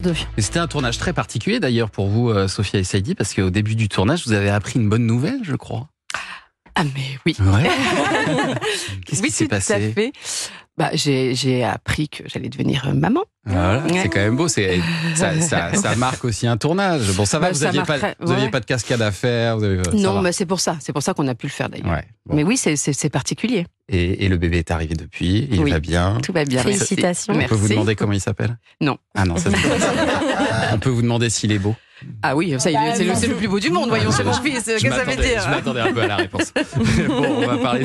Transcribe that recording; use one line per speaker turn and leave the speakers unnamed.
Deux.
Et C'était un tournage très particulier d'ailleurs pour vous, euh, Sophia et Saïdi, parce qu'au début du tournage, vous avez appris une bonne nouvelle, je crois.
Ah mais oui.
Ouais. Qu'est-ce
oui,
qui s'est
tout à
passé
fait. Bah, j'ai, j'ai appris que j'allais devenir euh, maman.
Voilà,
Ouais.
C'est quand même beau, c'est ça, ça- ça marque aussi un tournage. Bon, ça va,
Bah,
vous
ça
n'aviez pas,
marquerait-
vous aviez
ouais.
pas de cascade à faire. vous avez- ça
non,
va.
mais c'est pour ça. C'est pour ça qu'on a pu le faire d'ailleurs.
Ouais, bon.
Mais oui, c'est, c'est, c'est particulier.
Et, et le bébé est arrivé depuis, il
Oui.
va bien.
Tout va bien. merci.
On
Félicitations.
Merci.
peut vous demander comment il s'appelle
Non.
Ah non, ça se dit pas. On peut vous demander s'il est beau.
Ah oui, ça, il est- c'est, le, c'est le plus beau du monde. Voyons, c'est mon fils. Qu'est-ce
Ah, Je
que ça veut
m'attendais-
dire
Je m'attendais un peu à la réponse. bon, on va parler.